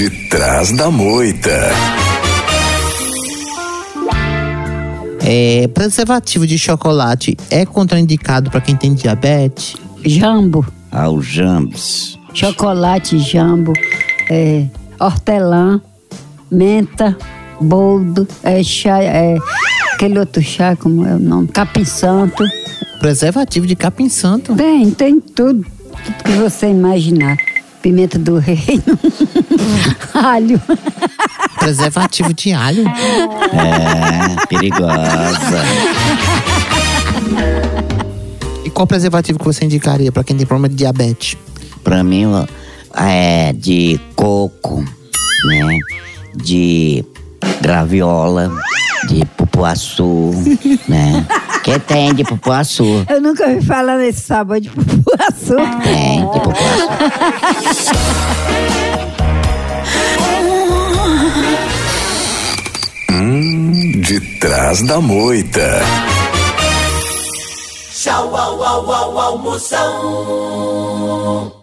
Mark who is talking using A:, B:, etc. A: Atrás da moita.
B: É, preservativo de chocolate é contraindicado para quem tem diabetes?
C: Jambo,
D: aos jambes.
C: chocolate jambo, é, hortelã, menta, boldo, é, chá, é, aquele outro chá, como é o nome? Capim santo.
B: Preservativo de capim santo.
C: Tem, tem tudo, tudo que você imaginar. Pimenta do reino, alho.
B: Preservativo de alho.
D: É, perigosa.
B: E qual preservativo que você indicaria para quem tem problema de diabetes?
D: Pra mim, ó, é de coco, né? De graviola, de pupuaçu, né? Que tem de pupuaçu?
C: Eu nunca ouvi falar nesse sabor de pupuaçu.
D: Tem de pupuaçu.
A: De trás da moita.
E: Tchau, au, au, au, almoção.